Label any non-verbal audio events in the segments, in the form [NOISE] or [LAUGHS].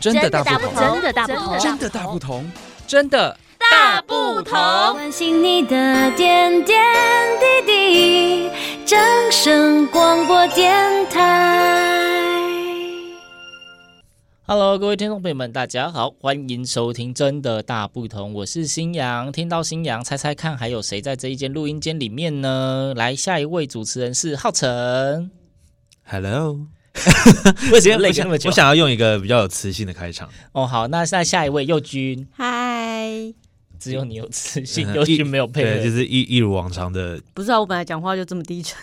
真的大不不同，同真的大不同真的大不同，真的大不同。关心你的点点滴滴，掌声广播电台。 Hello，各位听众朋友们，大家好，欢迎收听《真的大不同》，我是新阳。听到新阳，猜猜看还有谁在这一间录音间里面呢？来，下一位主持人是浩辰。 Hello，为什么累那么久？我想要用一个比较有磁性的开场，哦，好，那那下一位佑君，嗨，只有你有自信，嗯佑君没有配对，就合。是一一如往常的，不知道我本来讲话就这么低 [LAUGHS] 沉，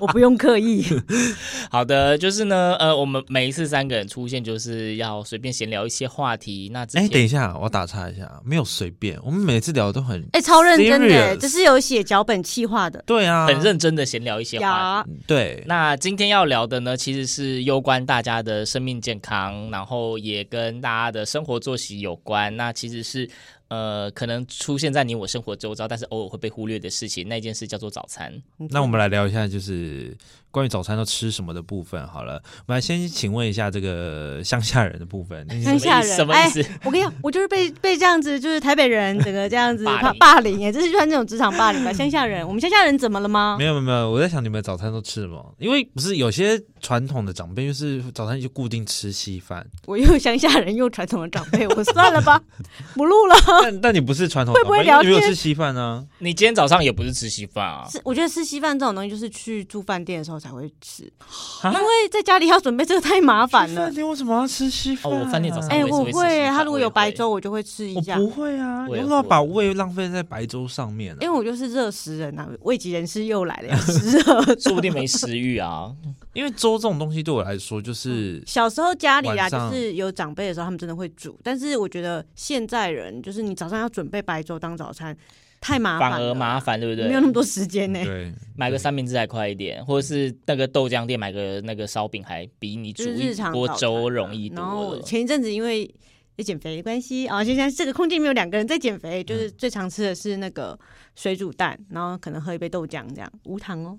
我不用刻意。好的，就是呢，呃，我们每一次三个人出现，就是要随便闲聊一些话题。那之哎，等前一下，我打岔一下，没有随便，我们每次聊的都很，哎、超认真的， Serious 就是有写脚本企划的。对啊，很，认真的闲聊一些话题。呀，对，那今天要聊的呢，其实是攸关大家的生命健康，然后也跟大家的生活作息有关。那其实是呃，可能出现在你我生活周遭，但是偶尔会被忽略的事情，那件事叫做早餐。那我们来聊一下，就是关于早餐都吃什么的部分好了。我们来先请问一下这个乡下人的部分，你乡下人，哎什么意思？我跟你讲，我就是被被这样子，就是台北人 [LAUGHS] 整个这样子霸凌霸凌，哎，这是算这种职场霸凌吧？乡下人，我们乡下人怎么了吗没？有没有没有，我在想你们早餐都吃什么？因为不是有些传统的长辈就是早餐就固定吃稀饭，我又乡下人又传统的长 [LAUGHS] 辈，我算了吧，不录了。 [LAUGHS] 但但你不是传统长辈，会不会因为你没有聊天吃稀饭啊呢、 [LAUGHS] 你今天早上也不是吃稀 [LAUGHS] 饭啊？是，我觉得吃稀饭这种东西，就是去住饭店的时候才会吃，因为在家里要准备这个太麻烦了饭。店为什么要吃稀饭？啊哦我饭店早餐哎、也是我会吃稀会，饭他如我果也有白会粥，我就会吃一我下。不会啊，你我也为什么要会把胃浪费在白粥上面啊呢、因为我就是热食人啊，胃及人师又来了，要吃热 [LAUGHS] 说不定没食欲啊。因为粥这种东西对我来说就是，小时候家里啊，晚就上是有长辈的时候，他们真的会煮。但是我觉得现在人，就是你早上要准备白粥当早餐，太 [LAUGHS] 麻烦反了，而麻烦，对不对？没有那么多时间呢、对，买个三明治还快一点，或者是那个豆浆店买个那个烧饼，还比你就煮是一日常锅早餐粥啊容易然后多我了。前一阵子因为要减肥的关系啊，现在这个空间里面有两个人在减肥，嗯就是最常吃的是那个水煮蛋，然后可能喝一杯豆浆这样，无糖哦。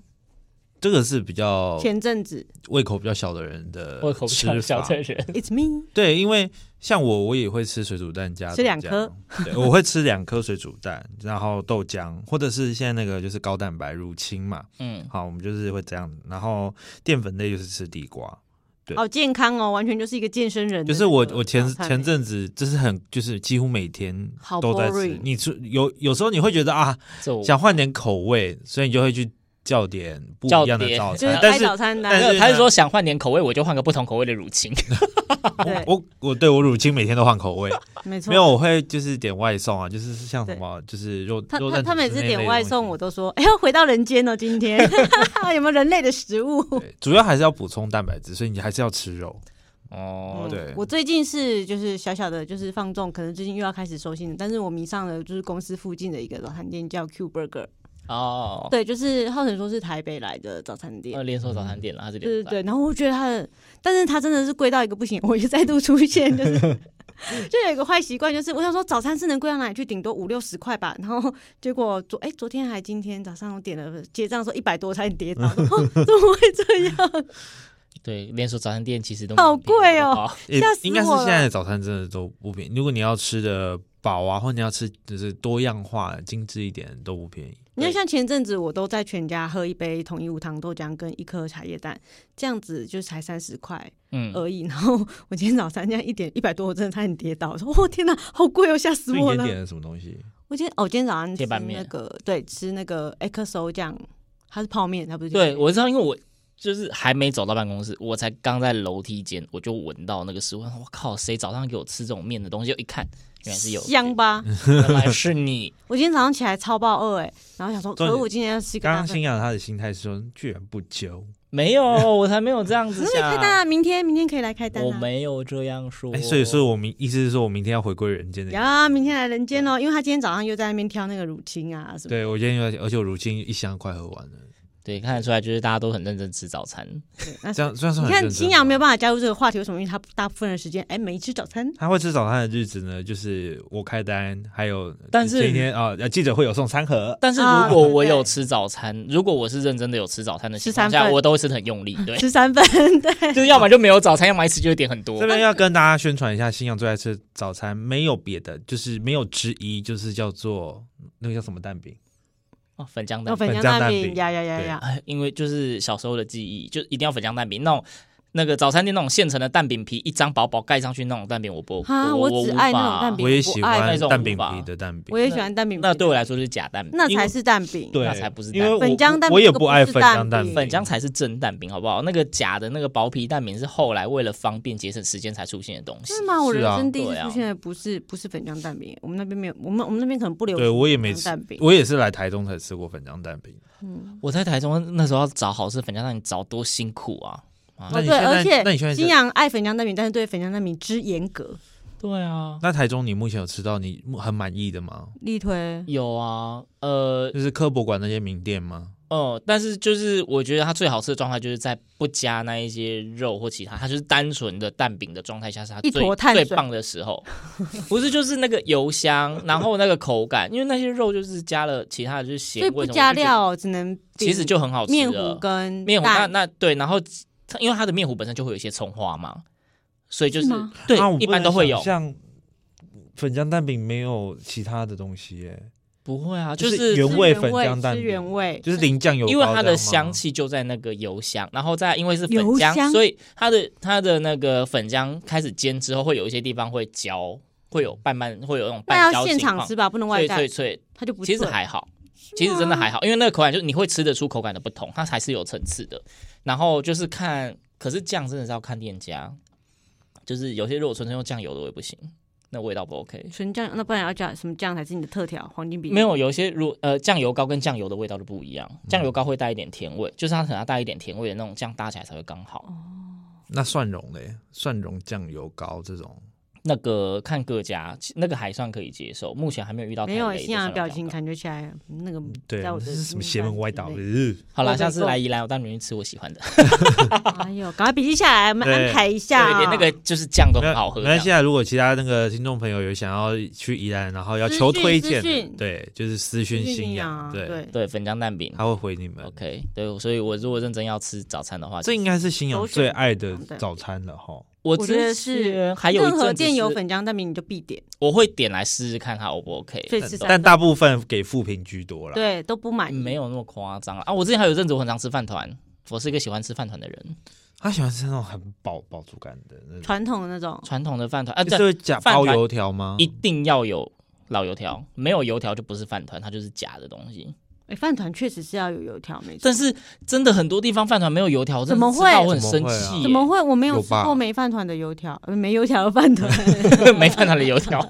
这个是比哦较前阵子胃口比较小的人的胃口不吃小小法的人， It's me，对，因为像我，我也会吃水煮蛋加吃两豆浆颗，对我会吃两颗水煮蛋，然后豆浆，或者是现在那个就是高蛋白乳清嘛。嗯，好，我们就是会这样，然后淀粉类就是吃地瓜，对好健康 [LAUGHS] 哦，完全就是一个健身人的那个就是我我前早餐前欸阵子就是很就是几乎每天好都在吃 boring，你吃有有时候你会觉得啊这我想换点口味，所以你就会去叫点不叫一样的点 [LAUGHS] 早就就是餐啊但是，开是早餐啊但没单，有，是他是呢说想换点口味，我就换个不同口味的乳清。对，我我对我乳清每天都换口 [LAUGHS] 味，没错，没有，我会就是点外送啊，就是像什么，就是肉他肉他蛋他每次点外送，我都都说，哎呦，回到人间哦，[LAUGHS] 今天 [LAUGHS] 有没有人类的食物？主要还是要补充蛋白质，所以你还是要吃肉。哦，对嗯我最近是就是小小的，就是放纵，可能最近又要开始收心了，但是我迷上了就是公司附近的一个早餐店叫 Q Burger， [LAUGHS] 哦，对，就是浩辰说是台北来的早餐店呃，。连锁早餐店了，它是对连对锁。对，然后我觉得它的，但是它真的是贵到一个不行， [LAUGHS] 我又再度出现，就是 [LAUGHS] 就有一个坏习惯，就是我想说早餐是能贵到哪里去，顶多五六十块吧。然后结果昨哎昨天还今天早上我点了结账的时候一百多，差点跌倒， [LAUGHS] 哦、怎么会这样？对，连锁早餐店其实都好贵哦蛮便也宜的。吓死应该是我现了在的早餐真的都不便宜，如果你要吃的饱啊，或者你要吃就是多样化、精致一点都不便宜。你看像前阵子我都在全家喝一杯统一无糖豆浆跟一颗茶叶蛋，这样子就才三十块嗯，而已。然后我今天早上这样一点一百多，我真的差点跌倒，我说哦天哪，好贵哦，吓所死以你我今了天。点了什么东西？我今天哦，我今天早上吃铁板面那个对，吃那个 XO 酱，它是泡面，它不是对，铁板面我知道，因为我就是还没走到办公室，我才刚在楼梯间，我就闻到那个食物，我靠，谁早上给我吃这种面的东西？我一看，原来是有香吧？原来是你。我今天早上起来超爆饿哎、然后想说，重点可是我今天要吃一个刚大刚份新，雅她的心态是说，居然不揪。没有，我才没有这样子可 [LAUGHS] 是开单想，啊，明天明天可以来开单、啊，我没有这样说。哎、所以说我明意思是说我明天要回归人间的意思。呀，明天来人哦间喽，因为他今天早上又在那边挑那个乳清啊什么的。对，我今天又要，而且我乳清一箱快喝完了。对，看得出来就是大家都很认真吃早餐。对那这样这样是你很看认真新的阳没有办法加入这个话题，为什么？因为他大部分的时间哎没吃早餐，他会吃早餐的日子呢，就是我开单，还有但是今天啊、呃记者会有送餐盒，但是啊如果我对有吃早餐，如果我是认真的有吃早餐的情13况下，份我都会吃的很用力，对，吃三分， [LAUGHS] 对，就是要么就没有早餐，要么一吃就会点很多这。边要跟大家宣传一下，新阳最爱吃早餐，没有别的，就是没有之一，就是叫做那个叫什么蛋饼，哦，粉浆那蛋粉饼，浆浆蛋蛋饼饼，呀呀呀对呀，哎因为就是小时候的记忆，就一定要粉浆蛋饼那种。那个早餐店那种现成的蛋饼皮，一张薄薄盖上去那种蛋饼，我不，啊我我只爱那种无法蛋饼我也喜欢那种蛋饼吧皮的蛋饼我。也喜欢蛋饼皮，那对我来说就是假蛋饼，那因为才是蛋饼，对，那才不是蛋因为我粉浆蛋饼我也这个不不爱是粉蛋浆蛋饼，饼粉浆才是真蛋饼，好不好？那个假的那个薄皮蛋饼是后来为了方便节省时间才出现的东西。是吗？我是人啊生第一次对啊出现的不是不是粉浆蛋饼，我们那边没有，我们我们那边可能不流行对我也没粉浆吃蛋，饼，我也是来台中才吃过粉浆蛋饼。我在台中那时候要找好吃粉浆蛋饼，找多辛苦啊！那你对，现在而且那你现在新阳爱粉浆蛋饼，但是对粉浆蛋饼之严格，对啊，那台中你目前有吃到你很满意的吗？力推有啊，呃就是科博馆那些名店吗？哦，但是就是我觉得它最好吃的状态就是在不加那一些肉或其他，它就是单纯的蛋饼的状态下是它一坨最碳最水棒的 [LAUGHS] 时候，不是就是那个油香，然后那个口感，因为那些肉就是加了其他的就是咸所以味不什么加，我就觉得料，只能其实就很好吃面了糊跟面糊那蛋那对，然后它因为它的面糊本身就会有一些葱花嘛，所以就是是吗对、啊我不一般能都会想有，像粉浆蛋饼没有其他的东西耶，不会啊，就是是原吃味原粉浆蛋吃饼原味，就是淋酱油膏因这为样吗，它的香气就在那个油香，然后再因为是粉油浆，香所以它的它的那个粉浆开始煎之后，会有一些地方会焦，会有半半会有那种那半要焦现情场况吃，吧，不能外脆脆带，脆，它就不其实脆还好，其实真的还好，因为那个口感就是你会吃得出口感的不同，它还是有层次的。然后就是看，可是酱真的是要看店家，就是有些如果纯粹用酱油的我也不行，那味道不 OK。纯酱，那不然要加什么酱才是你的特调？黄金比例嗯没有，有些如呃酱油膏跟酱油的味道就不一样，酱油膏会带一点甜味，就是它可能要带一点甜味的那种酱搭起来才会刚哦好。那蒜蓉嘞，蒜蓉酱油膏这种，那个看各家，其那个还算可以接受，目前还没有遇到太没有雷的信仰的蒜蓉表情酱感觉起来嗯那个 [LAUGHS] 对，在我那的是什么清邪门单歪之倒类的？的呃膏。好啦，我下次能够来宜兰，我带你们去吃我 [LAUGHS] 喜欢的，哎呦，赶快笔记下来，我们安排一下对，连那个就是酱都没很有好喝没这关样。系啊！如果其他那个听众朋友有想要去宜兰，然后要私求讯推私荐的讯，对，就是私讯信信仰仰，啊，对，对，对，粉浆蛋饼。他会回你们。 OK，对，所以我如果认真要吃早餐的话，这应该是信仰首选最爱的对早餐了哈。我我觉得之是前还有一任何阵子店有是，粉浆蛋饼你就必点，我会点来试试看它 O 不 OK。所以吃但三大部分给负评居多了。对都不满意，没有那么夸张啊！我之前还有一阵子我很常吃饭团，我是一个喜欢吃饭团的人，他喜欢吃那种很饱饱足感的那种，传统的那种传统的饭团啊，就是嗯对，会加饭包团油条吗？一定要有老油条，没有油条就不是饭团，它就是假的东西。哎，饭团确实是要有油条，没错但。是真的很多地方饭团没有油条，我真的怎么吃到会我很怎生么会啊气耶，怎么会？我没有有吃吧过没饭团的油条，呃没油条的饭团。 [LAUGHS] 没饭团的油条？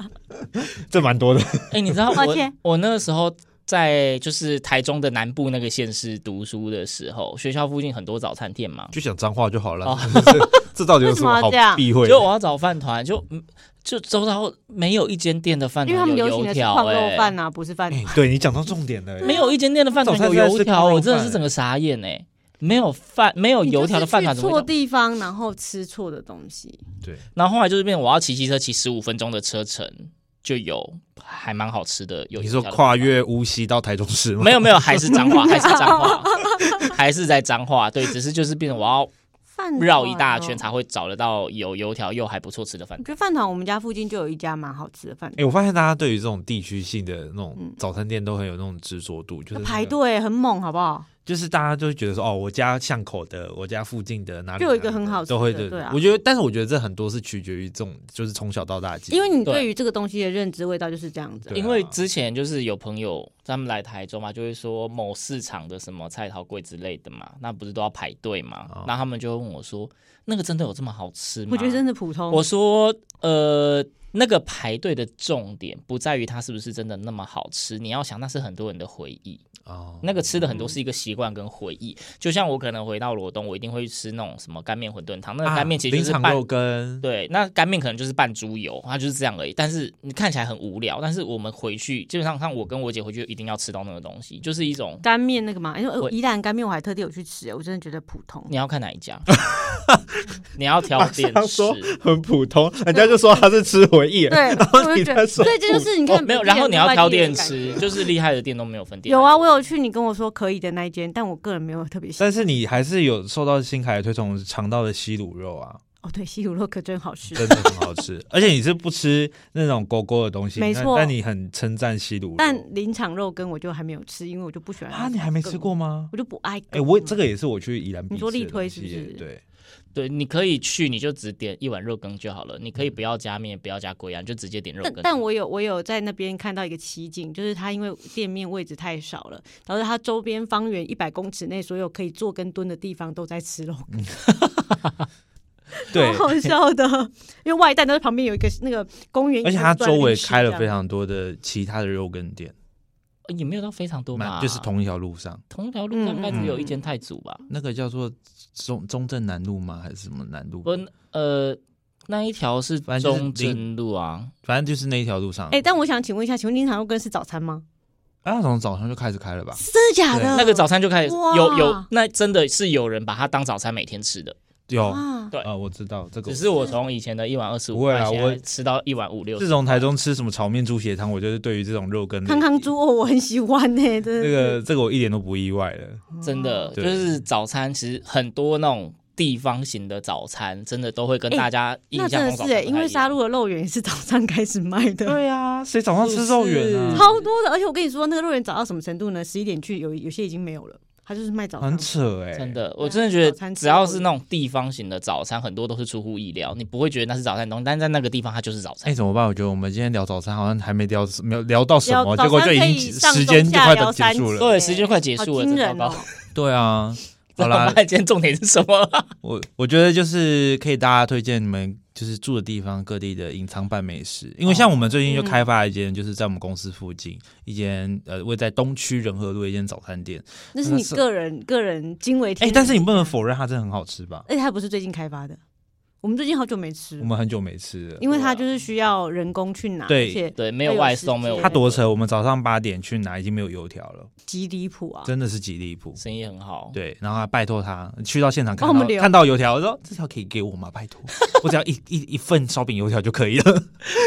这蛮多的。哎、你知道抱我歉我那个时候在就是台中的南部那个县市读书的时候，学校附近很多早餐店嘛，就讲脏话就好了哦。 [LAUGHS] 这到底有为什什么么要好这样避讳的？就我要找饭团，就嗯就周遭没有一间店的饭因为他团们有流行油的是条、矿肉欸，饭啊，不是饭哎团。对你讲到重点了。没有一间店的饭团有油条，我真的是整个傻眼哎、没有饭没有你就哦油条的是饭去团怎么会错有地方，然后吃错的东西。对，然后后来就是变，我要骑机车骑十五分钟的车程，就有还蛮好吃的。有你油说条的跨饭团越无锡到台中市吗？没有没有，还是脏话，还是脏话， [LAUGHS] 还是在脏话。对，只是就是变成我要饭团绕一大哦圈才会找得到有油条又还不错吃的饭我店。觉得饭团，我们家附近就有一家蛮好吃的饭哎、团，我发现大家对于这种地区性的那种嗯早餐店都很有那种执着度，就是、那那个排，队很猛，好不好？就是大家就会觉得说，哦，我家巷口的，我家附近的哪里就有一哪个里很的好吃都会的对啊我觉得，但是我觉得这很多是取决于这种，就是从小到大的记忆，因为你对对于这个东西的认知味道就是这样子对啊。因为之前就是有朋友他们来台中嘛，就会说某市场的什么菜桃柜之类的嘛，那不是都要排队嘛？哦然后他们就会问我说：“那个真的有这么好吃吗？”我觉得真的普通，我说，呃，那个排队的重点不在于它是不是真的那么好吃，你要想那是很多人的回忆，哦，那个吃的很多是一个习惯跟回忆。就像我可能回到罗东，我一定会去吃那种什么干面馄饨汤，那个干面其实啊就是林场拌肉羹，对，那干面可能就是拌猪油，它就是这样而已。但是你看起来很无聊，但是我们回去基本上，像我跟我姐回去一定要吃到那个东西，就是一种干面那个嘛，因为我呃宜兰干面我还特地有去吃，欸我真的觉得普通。你要看哪一家，你要挑店马上吃说。很普通， [LAUGHS] 人家就说他是吃回忆，对，后我就你觉在得，说所以这就是你哦看，没有，本地然后人你跟要外挑地人店的感吃，觉。就是厉害的店都没有分店。有啊，我有去你跟我说可以的那一间，但我个人没有特别喜欢。但是你还是有受到新凯的推崇，尝到了西卤肉啊，哦，对，西鲁肉可真好吃，真的很好 [LAUGHS] 吃。而且你是不吃那种狗狗的东西，没那错但你很称赞西卤肉。但林场肉羹我就还没有吃，因为我就不喜欢啊，你还没吃过吗？我就不爱。哎、我这个也是我去宜兰必你说吃的力东推西是不耶是对，对，你可以去，你就只点一碗肉羹就好了。你可以嗯不要加面，不要加龟啊，你就直接点肉但羹。但我有我有在那边看到一个奇景，就是它因为店面位置太少了，导致它周边方圆一百公尺内所有可以坐跟蹲的地方都在吃肉羹，对，好好笑 [LAUGHS] 的。因为外带都是旁边有一个哎那个公园，而且它周围开了非非常常多的其他的肉羹店，呃也没有到非常多吧，蛮就是同一条路上，同条路上嗯应该嗯只有一嗯间太祖吧。那个叫做中中正南路吗？还是什么南路？不，呃，那一条是反正就是中正路啊，反正就是那一条路上。哎、但我想请问一下，请问林场肉羹是早餐吗？啊，从早上就开始开了吧？真的假的？那个早餐就开始嗯哇有有，那真的是有人把它当早餐每天吃的，有啊、啊，对我知道这个只。是我从以前的一碗二十五不会块啊，现我在吃到一碗五六自十。从台中吃什么炒面猪血汤，我就是对于这种肉羹类康康猪哦，我很喜欢呢、真的这是。个这个我一点都不意外 [LAUGHS] 了。真的就对是早餐，其实很多那种地方型的早餐，真的都会跟哎大家印那象真的中早是哎、餐不因太为一样杀戮的肉圆也是早上开始卖的。对啊，谁早上吃肉圆啊？超多的，而且我跟你说，那个肉圆早到什么程度呢？十一点去，有有些已经没有了，它就是卖早很餐。扯哎、真的，对我啊真的觉早得餐只要吃是那种地方型的早餐，很多都是出乎意料，你不会觉得那是早餐的东西，但在那个地方它就是早哎、餐。怎么办？我觉得我们今天聊早餐好像还没聊没有聊到什么，聊结果早就餐已可以经上时间中就下快得聊结三束了。对，时间快结好束了，惊真人糟哦 [LAUGHS] 糕！！对啊，好怎么啦，办今天重点是什么？ [LAUGHS] 我我觉得就是可以大家推荐你们就是住的地方各地的隐藏版美食，因为哦像我们最近嗯就开发了一间，就是在我们公司附近一间呃位在东区仁和路的一间早餐店。那是你个人个人惊为哎、天人。但是你不能否认它真的很好吃吧？而且它不是最近开发的，我们最近好久没吃我，们很久没吃了。因为它就是需要人工去拿，对而且啊对，没有还有外时送，没有间它多扯！我们早上八点去拿，已经没有油条了，极离谱啊！真的是极离谱。生意很好。对，然后还拜托他去到现场看帮我到们留看到油条，我说这条可以给我吗？拜托，我只要一 [LAUGHS] 一一份烧饼油条就可以了。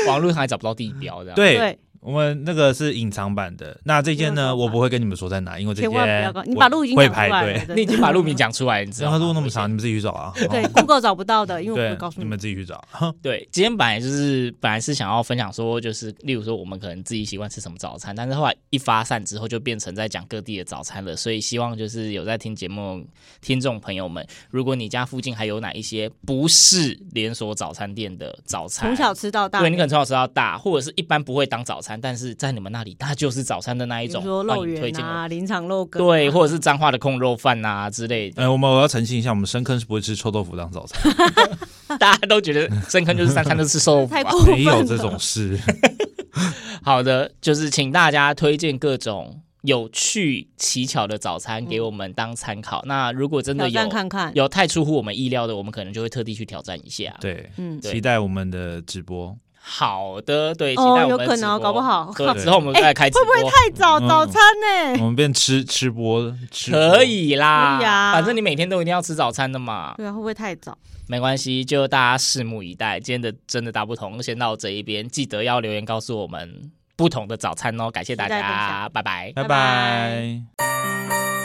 网络上还找不到地标，这样。对，对，我们那个是隐藏版的。那这件没有呢，说我不会跟你们说在哪，因为这件千万不要搞，你我把路已经会讲出排来队，了， [LAUGHS] 你已经把路名名。讲出来，你知然道吗？后路那么长，你们自己去找啊。对哦，Google 找不到的，因为我不会告诉对，你们自己去找。对，今天本来就是本来是想要分享说，就是例如说我们可能自己习惯吃什么早餐，但是后来一发散之后，就变成在讲各地的早餐了。所以希望就是有在听节目的听众朋友们，如果你家附近还有哪一些不是连锁早餐店的早餐，从小吃到大，对你可能从小吃到大，或者是一般不会当早餐，但是在你们那里它就是早餐的那一比如种，说帮肉你推圆荐我。啊、林场肉羹啊，对，或者是彰化的控肉饭啊之类的，呃，我们我要澄清一下，我们深坑是不会吃臭豆腐当早 [LAUGHS] 餐，大家都觉得深坑就是三餐都吃瘦肉腐太吧过分了。没有这种事。 [LAUGHS] 好的，就是请大家推荐各种有趣奇巧的早餐给我们当参考。那如果真的嗯挑有战看看，有太出乎我们意料的，我们可能就会特地去挑战一下。对，嗯，对期待我们的直播。好的，对，期哦待我有们可直能哦播搞不好对，对之后我们再来 [LAUGHS] 开直播。太早嗯早餐呢、我们变吃吃播，吃播可。以啦，可以啊反正你每天都一定要吃早餐的嘛，对啊，会不会太早？没关系，就大家拭目以待。今天的真的大不同，先到这一边，记得要留言告诉我们不同的早餐哦，感谢大期待分家，享拜拜。拜拜拜拜。